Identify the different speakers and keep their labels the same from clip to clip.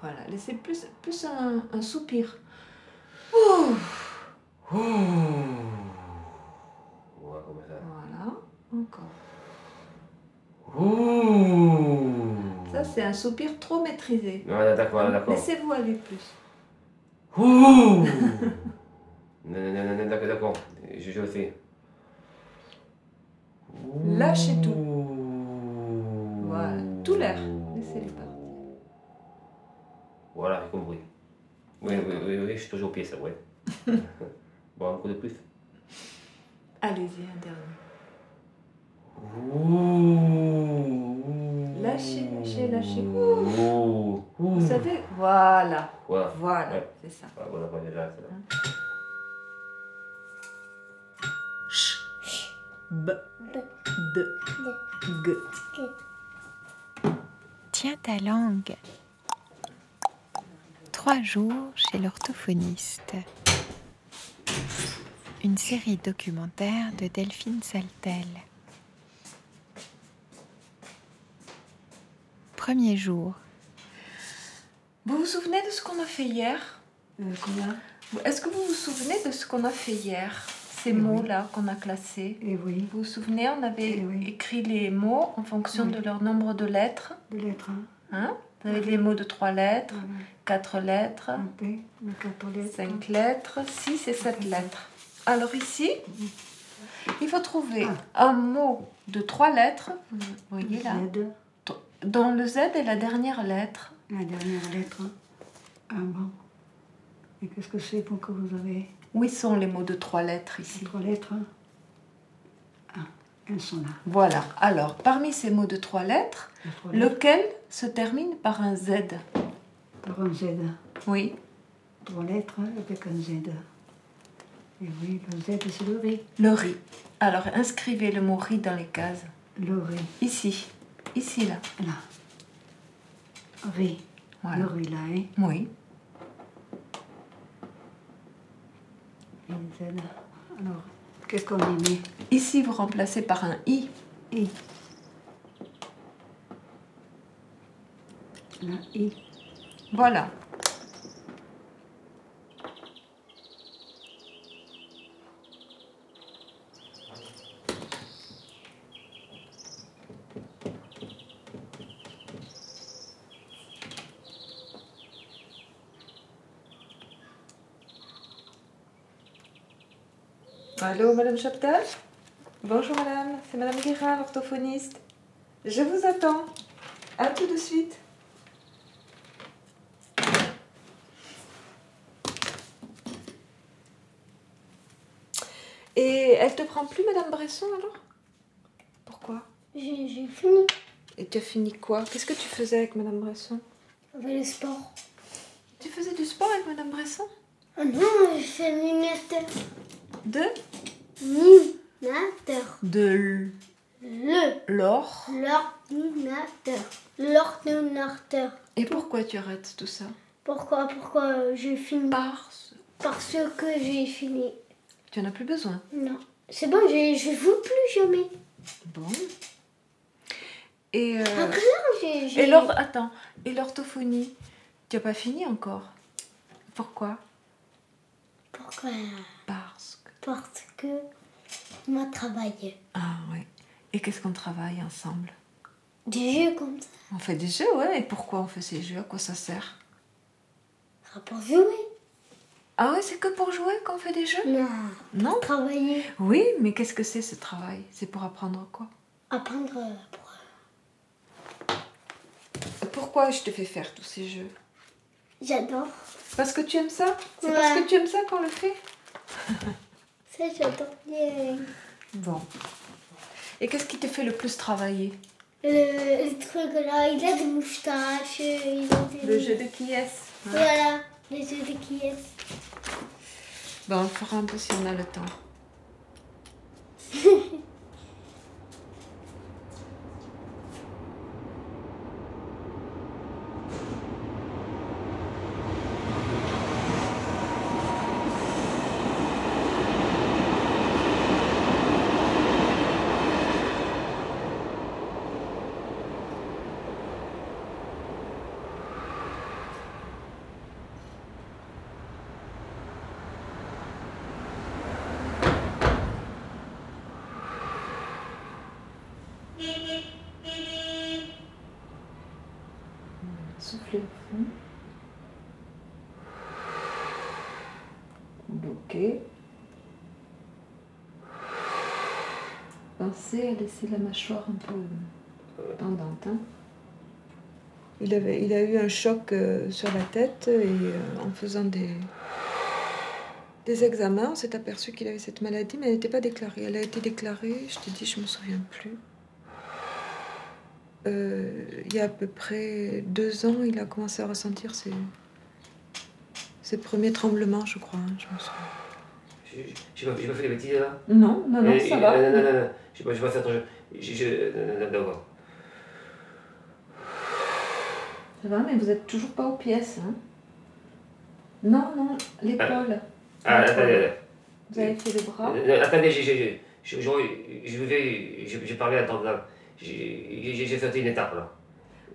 Speaker 1: Voilà, laissez plus, plus un, un soupir. Ouh.
Speaker 2: Ouh. Ouais, comme ça.
Speaker 1: Voilà, encore.
Speaker 2: Ouh.
Speaker 1: Ça, c'est un soupir trop maîtrisé.
Speaker 2: Ouais, d'accord, d'accord.
Speaker 1: Laissez-vous aller plus.
Speaker 2: Ouh. Non, non, non, non, non, d'accord, d'accord. Je, je le fais.
Speaker 1: Lâchez tout.
Speaker 2: Ouh.
Speaker 1: Voilà, tout l'air. Laissez-le partir.
Speaker 2: Voilà, j'ai compris. Oui, oui,
Speaker 1: D'accord.
Speaker 2: oui, oui, je suis toujours pied, ça, ouais. bon, un coup de plus.
Speaker 1: Allez-y, un dernier.
Speaker 2: Ouh.
Speaker 1: Lâchez, lâchez, lâchez.
Speaker 2: Ouh.
Speaker 1: Vous savez Voilà,
Speaker 2: Voilà.
Speaker 1: voilà,
Speaker 2: Ouais.
Speaker 1: c'est ça.
Speaker 2: Ah, voilà, voilà, là, c'est là.
Speaker 1: Ch, b, d, g.
Speaker 3: Tiens ta langue. Trois jours chez l'orthophoniste. Une série documentaire de Delphine Saltel. Premier jour.
Speaker 1: Vous vous souvenez de ce qu'on a fait hier
Speaker 4: Euh, combien
Speaker 1: Est-ce que vous vous souvenez de ce qu'on a fait hier Ces mots-là qu'on a classés
Speaker 4: Et Eh oui,
Speaker 1: Vous vous souvenez, on avait
Speaker 4: Eh oui.
Speaker 1: écrit les mots en fonction
Speaker 4: Oui.
Speaker 1: de leur nombre de lettres.
Speaker 4: de lettres. Hein. Ah, bah,
Speaker 1: Hein Vous avez les mots de trois lettres, quatre lettres,
Speaker 4: Un P, le quatre lettres.
Speaker 1: cinq lettres, six et sept lettres. Alors ici, il faut trouver un mot de trois lettres. Vous
Speaker 4: hein.
Speaker 1: voyez là
Speaker 4: Z,
Speaker 1: Dans le Z est la dernière lettre.
Speaker 4: la dernière lettre. Ah bon. Et qu'est-ce que c'est pour que vous avez
Speaker 1: Où ils sont les mots de trois lettres
Speaker 4: ces
Speaker 1: ici
Speaker 4: trois lettres hein Ah, elles sont là.
Speaker 1: Voilà. Alors, parmi ces mots de trois lettres,
Speaker 4: les trois lettres.
Speaker 1: lequel se termine par un Z
Speaker 4: Par un Z.
Speaker 1: Oui.
Speaker 4: Trois lettres avec un Z. Et oui, le Z, c'est le riz.
Speaker 1: Le riz. Alors, inscrivez le mot riz dans les cases.
Speaker 4: Le riz,
Speaker 1: Ici. Ici, là.
Speaker 4: là. Riz.
Speaker 1: Voilà.
Speaker 4: Le riz, là, hein.
Speaker 1: Oui.
Speaker 4: Et le Z. Alors, qu'est-ce qu'on y met
Speaker 1: Ici, vous remplacez par un I.
Speaker 4: I. La I.
Speaker 1: Voilà. Allô, Madame Chaptal Bonjour, Madame. C'est Madame Guérin, l'orthophoniste. Je vous attends. À tout de suite. Et elle te prend plus, Madame Bresson, alors Pourquoi
Speaker 5: J'ai j'ai fini.
Speaker 1: Et tu as fini quoi Qu'est-ce que tu faisais avec Madame Bresson
Speaker 5: On fait le sport.
Speaker 1: Tu faisais du sport avec Madame Bresson
Speaker 5: Ah non, je fais l'unimateur.
Speaker 1: De
Speaker 5: L'ordinateur.
Speaker 1: De
Speaker 5: Le.
Speaker 1: l'or.
Speaker 5: L'ordinateur. L'ordinateur.
Speaker 1: Et pourquoi tu arrêtes tout ça
Speaker 5: Pourquoi, pourquoi euh, j'ai fini
Speaker 1: Parce
Speaker 5: Parce que j'ai fini.
Speaker 1: tu en as plus besoin.
Speaker 5: Non. C'est bon, j'ai- je ne veux plus jamais.
Speaker 1: Bon. Et, euh,
Speaker 5: Après là, j'ai... j'ai-
Speaker 1: et l'or- attends, et l'orthophonie, tu n'as pas fini encore. Pourquoi
Speaker 5: Pourquoi
Speaker 1: Parce que.
Speaker 5: Parce que on va travailler.
Speaker 1: Ah oui. Et qu'est-ce qu'on travaille ensemble
Speaker 5: Des jeux comme ça.
Speaker 1: On fait des jeux, ouais. Et pourquoi on fait ces jeux À quoi ça sert
Speaker 5: Ah, Pour jouer.
Speaker 1: Ah ouais, c'est que pour jouer qu'on fait des jeux
Speaker 5: Non.
Speaker 1: Non
Speaker 5: Travailler.
Speaker 1: Oui, mais qu'est-ce que c'est ce travail C'est pour apprendre quoi
Speaker 5: Apprendre. euh, Pour...
Speaker 1: Pourquoi je te fais faire tous ces jeux
Speaker 5: J'adore.
Speaker 1: Parce que tu aimes ça C'est
Speaker 5: Ouais.
Speaker 1: parce que tu aimes ça qu'on le fait
Speaker 5: Ça, j'adore bien.
Speaker 1: Bon. Et qu'est-ce qui te fait le plus travailler
Speaker 5: Euh, Le, le truc là, il a des moustaches, il a des...
Speaker 1: de qui est
Speaker 5: Voilà, le jeu de qui est.
Speaker 1: Bon, Ben, on le fera un peu si on a le temps.
Speaker 6: Soufflez au fond. Bloquez. Pincez à laisser la mâchoire un peu pendante. hein.
Speaker 1: Il, avait, il a eu un choc euh, sur la tête et euh, en faisant des, des examens, on s'est aperçu qu'il avait cette maladie, mais elle n'était pas déclarée. Elle a été déclarée, je t'ai dit, je ne me souviens plus. Euh, il y a à peu près deux ans, il a commencé à ressentir ses, ses premiers tremblements, je crois. hein, je me souviens.
Speaker 2: J'ai j'ai pas, j'ai pas fait des bêtises là
Speaker 6: Non, non, Ah non,
Speaker 2: Eh,
Speaker 6: ça
Speaker 2: eh,
Speaker 6: va.
Speaker 2: Non, non, non, non, j'ai pas, j'ai pas fait attention. J'ai- j'ai- euh, non, non, non, D'accord.
Speaker 6: Ça va, mais vous êtes toujours pas aux pièces. hein. Non, non, l'épaule.
Speaker 2: Ah,
Speaker 6: L'épaule.
Speaker 2: attendez,
Speaker 6: Vous avez fait le bras.
Speaker 2: euh, euh, attendez, j'ai- j'ai- j'ai- je je- je vais. J'ai j'ai parlé à temps là. J'ai j'ai- j'ai sauté une étape là.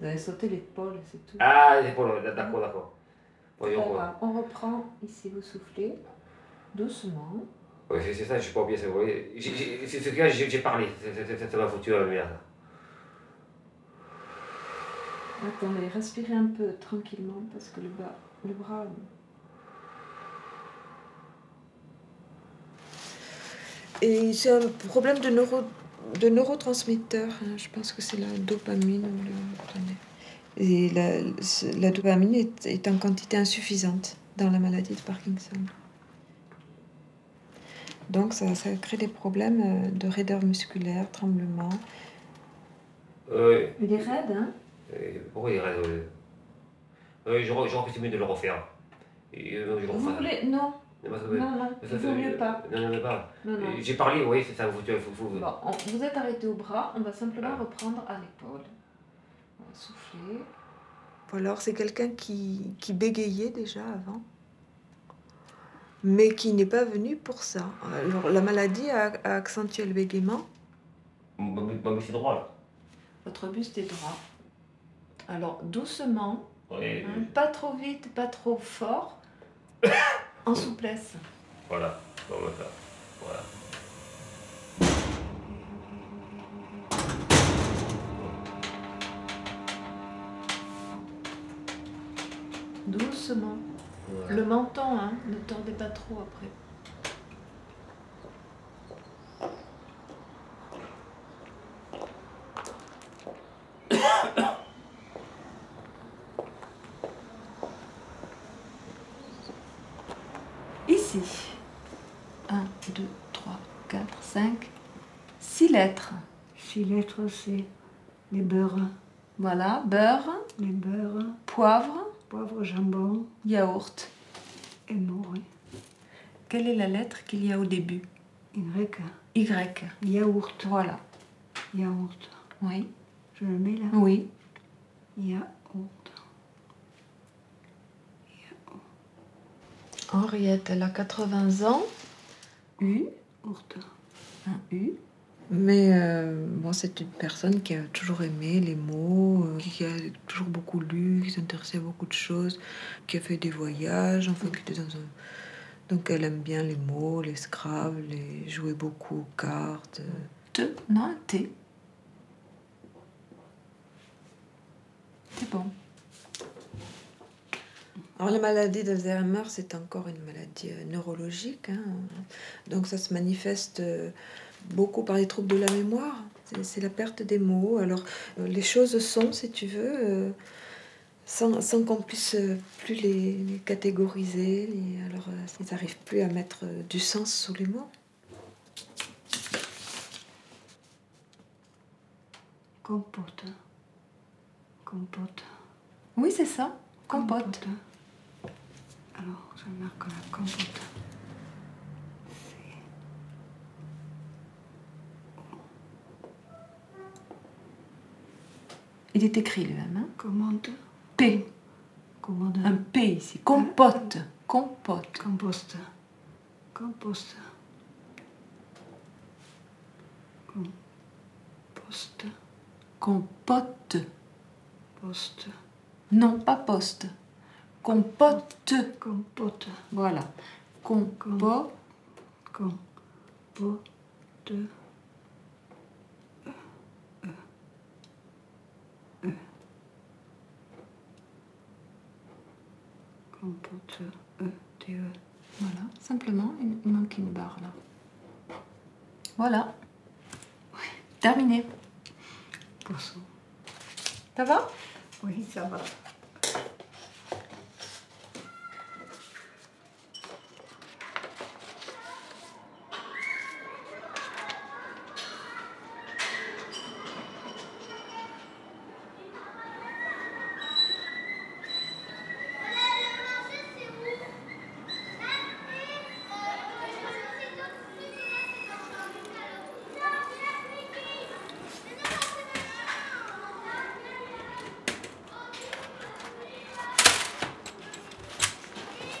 Speaker 6: Vous avez sauté l'épaule, c'est tout.
Speaker 2: Ah, l'épaule, d'accord, d'accord. Voyons euh.
Speaker 6: Très
Speaker 2: quoi.
Speaker 6: grave. On reprend ici, vous soufflez. Doucement.
Speaker 2: Ouais, c'est c'est ça, je suis pas bien, c'est vous voyez. J'ai- j'ai- C'est ce que là, j'ai j'ai parlé. C'est- c'est- c'est- Ça m'a foutu la merde.
Speaker 6: Attendez, respirez un peu tranquillement parce que le, bas, le bras.
Speaker 1: euh. Et c'est un problème de, neuro, de neurotransmetteur. hein. Je pense que c'est la dopamine. ou le- Et la, la dopamine est, est en quantité insuffisante dans la maladie de Parkinson. Donc ça, ça crée des problèmes euh, de raideur musculaire, tremblement.
Speaker 2: Euh,
Speaker 6: Il est raide, hein
Speaker 2: euh, pourquoi il reste euh, euh, J'aurais j'aurais que c'est mieux de le refaire. Et, euh, non, je le
Speaker 6: Vous
Speaker 2: refais.
Speaker 6: voulez. Non,
Speaker 2: Non, parce que-
Speaker 6: non, non,
Speaker 2: parce
Speaker 6: il
Speaker 2: que-
Speaker 6: vaut mieux pas.
Speaker 2: Non, non, mais pas.
Speaker 6: Non, non.
Speaker 2: Euh, J'ai parlé, vous voyez, c'est ça m'a foutu un fou. fou.
Speaker 6: Bon, on- vous êtes arrêté au bras, on va simplement reprendre à l'épaule. Voilà, Soufflez.
Speaker 1: Ou alors c'est quelqu'un qui, qui bégayait déjà avant, mais qui n'est pas venu pour ça. Alors la maladie a, a accentué le bégaiement.
Speaker 2: Mon mon buste est droit là.
Speaker 6: Votre buste est droit. Alors, doucement,
Speaker 2: Ouais,
Speaker 1: Hum.
Speaker 6: hein, pas trop vite, pas trop fort, en souplesse.
Speaker 2: Voilà, bon, ben, ça. Voilà.
Speaker 6: Doucement. Le menton, hein, ne tordez pas trop après.
Speaker 3: Ici. 1, 2, 3, 4, 5, 6 lettres.
Speaker 4: Six lettres, c'est les beurres.
Speaker 3: Voilà, beurre,
Speaker 4: Les beurres,
Speaker 3: poivre,
Speaker 4: poivre, jambon
Speaker 3: yaourt.
Speaker 4: et morue.
Speaker 3: Quelle est la lettre qu'il y a au début
Speaker 4: Y,
Speaker 3: Y.
Speaker 4: yaourt.
Speaker 3: Voilà.
Speaker 4: Yaourt.
Speaker 3: Oui.
Speaker 4: Je le mets là.
Speaker 3: Oui.
Speaker 4: Yaourt.
Speaker 6: Henriette, elle a 80 ans.
Speaker 3: U.
Speaker 4: Ourte.
Speaker 3: Un U.
Speaker 1: Mais euh, bon, c'est une personne qui a toujours aimé les mots, euh, qui a toujours beaucoup lu, qui s'intéressait à beaucoup de choses, qui a fait des voyages, enfin qui était dans un- Donc elle aime bien les mots, les scrabbles, les jouer beaucoup aux cartes. euh,
Speaker 3: T. Non, un T. C'est bon.
Speaker 1: Alors la maladie d'Alzheimer, c'est encore une maladie euh, neurologique. hein. Donc ça se manifeste euh, beaucoup par les troubles de la mémoire. C'est- C'est la perte des mots. Alors euh, les choses sont, si tu veux, euh, sans, sans qu'on puisse euh, plus les, les catégoriser. les- alors euh, ils n'arrivent plus à mettre euh, du sens sous les mots.
Speaker 4: Compote. Compote.
Speaker 3: Oui, c'est ça. Compote.
Speaker 4: Alors, je marque la compote.
Speaker 3: Il est écrit lui-même. hein.
Speaker 4: Commande.
Speaker 3: P.
Speaker 4: Commande.
Speaker 3: Un P ici. Compote.
Speaker 1: Hein?
Speaker 3: Compote.
Speaker 4: Composte. Composte. Composte.
Speaker 3: Compote.
Speaker 4: Poste.
Speaker 3: Non, pas poste. Compote.
Speaker 4: Compote.
Speaker 3: Voilà. Compote.
Speaker 4: Compote. On porte E, T, E.
Speaker 7: Voilà, simplement, il il manque une barre là.
Speaker 1: Voilà. Terminé.
Speaker 4: Pour ça.
Speaker 1: Ça va
Speaker 4: Oui, ça va.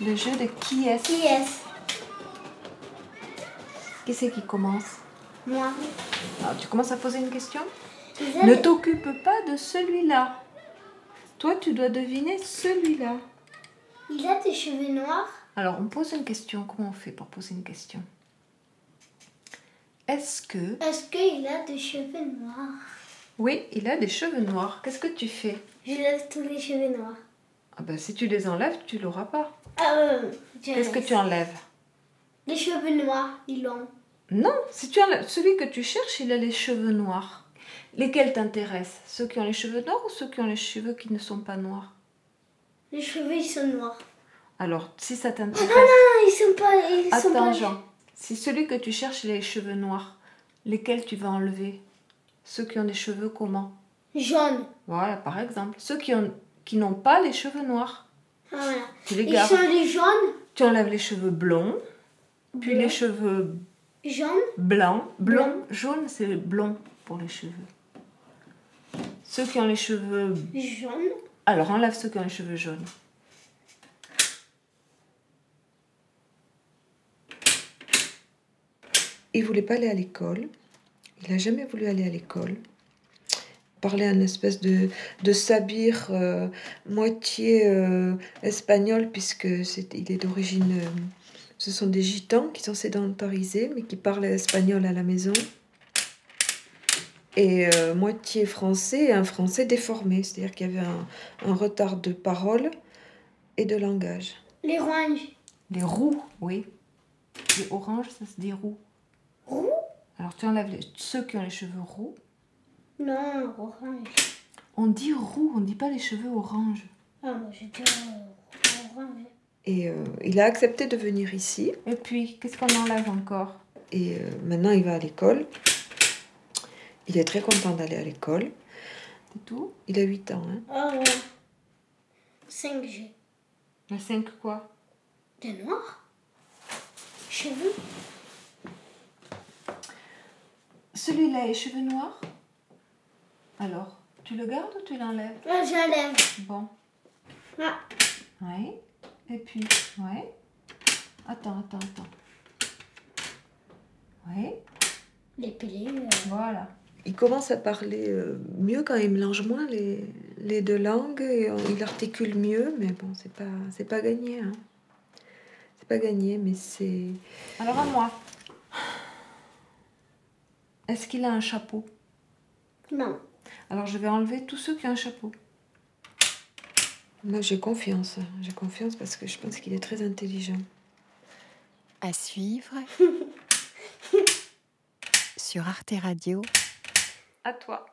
Speaker 1: Le jeu de qui est-ce
Speaker 5: Qui est-ce
Speaker 7: Qui c'est qui commence
Speaker 5: Moi.
Speaker 1: Ah,
Speaker 7: Alors, Tu commences à poser une question
Speaker 5: Vous
Speaker 1: Ne
Speaker 5: avez-
Speaker 1: t'occupe pas de celui-là. Toi, tu dois deviner celui-là.
Speaker 5: Il a des cheveux noirs.
Speaker 1: Alors, on pose une question. Comment on fait pour poser une question Est-ce que...
Speaker 5: Est-ce qu'il a des cheveux noirs
Speaker 1: Oui, il a des cheveux noirs. Qu'est-ce que tu fais
Speaker 5: Je lève tous les cheveux noirs.
Speaker 1: ah ben, Si tu les enlèves, tu l'auras pas.
Speaker 5: Ah, euh, je
Speaker 1: Qu'est-ce que
Speaker 5: laisse.
Speaker 1: tu enlèves
Speaker 5: Les cheveux noirs, ils l'ont.
Speaker 1: Non, si tu enlèves- celui que tu cherches, il a les cheveux noirs. Lesquels t'intéressent Ceux qui ont les cheveux noirs ou ceux qui ont les cheveux qui ne sont pas noirs
Speaker 5: Les cheveux, ils sont noirs.
Speaker 1: Alors, si ça t'intéresse...
Speaker 5: Ah, ils sont pas. Ils sont
Speaker 1: Attends,
Speaker 5: pas...
Speaker 1: Jean. Si celui que tu cherches, il a les cheveux noirs, lesquels tu vas enlever Ceux qui ont des cheveux comment
Speaker 5: Jaunes.
Speaker 1: Voilà, par exemple. Ceux qui ont qui n'ont pas les cheveux noirs,
Speaker 5: Ah, voilà.
Speaker 1: tu les
Speaker 5: Ils
Speaker 1: gardes.
Speaker 5: sont les jaunes.
Speaker 1: Tu enlèves les cheveux blonds, puis les cheveux
Speaker 5: Jaunes.
Speaker 1: blancs. Blond,
Speaker 5: Blanc.
Speaker 1: jaune, c'est blond pour les cheveux. Ceux qui ont les cheveux...
Speaker 5: Jaunes.
Speaker 1: Alors, enlève ceux qui ont les cheveux jaunes.
Speaker 8: Il voulait pas aller à l'école. Il a jamais voulu aller à l'école. Parlait un espèce de, de sabir euh, moitié euh, espagnol puisque c'est, il est d'origine. euh, ce sont des gitans qui sont sédentarisés mais qui parlent espagnol à la maison. Et euh, moitié français et un français déformé, c'est-à-dire qu'il y avait un, un retard de parole et de langage.
Speaker 5: Les oranges.
Speaker 1: Les roux, oui. Les oranges, ça se dit roux.
Speaker 5: Roux
Speaker 1: Alors, tu enlèves les- ceux qui ont les cheveux roux.
Speaker 5: Non, orange.
Speaker 1: On dit roux, on dit pas les cheveux orange.
Speaker 5: Ah, moi, je dis euh, orange.
Speaker 8: Et euh, il a accepté de venir ici.
Speaker 1: Et puis, qu'est-ce qu'on enlève encore
Speaker 8: Et euh, maintenant, il va à l'école. Il est très content d'aller à l'école.
Speaker 1: C'est tout
Speaker 8: Il a 8 ans. hein.
Speaker 5: Ah, ouais. 5G.
Speaker 1: La 5 quoi
Speaker 5: Des noirs Cheveux
Speaker 1: Celui-là, les cheveux noirs Alors, tu le gardes ou tu l'enlèves
Speaker 5: Ah, j'enlève.
Speaker 1: Bon.
Speaker 5: Ah.
Speaker 1: Oui. Et puis, oui. Attends, attends, attends. Oui.
Speaker 5: Les pelés. euh,
Speaker 1: Voilà.
Speaker 8: Il commence à parler euh, mieux quand il mélange moins les, les deux langues. Et on- il articule mieux, mais bon, c'est pas, c'est pas gagné. hein. C'est pas gagné, mais c'est.
Speaker 1: Alors à moi. Est-ce qu'il a un chapeau
Speaker 5: Non.
Speaker 1: Alors je vais enlever tous ceux qui ont un chapeau.
Speaker 8: Moi, j'ai confiance. hein. J'ai confiance parce que je pense qu'il est très intelligent.
Speaker 3: À suivre sur arteradio.com.
Speaker 1: À toi.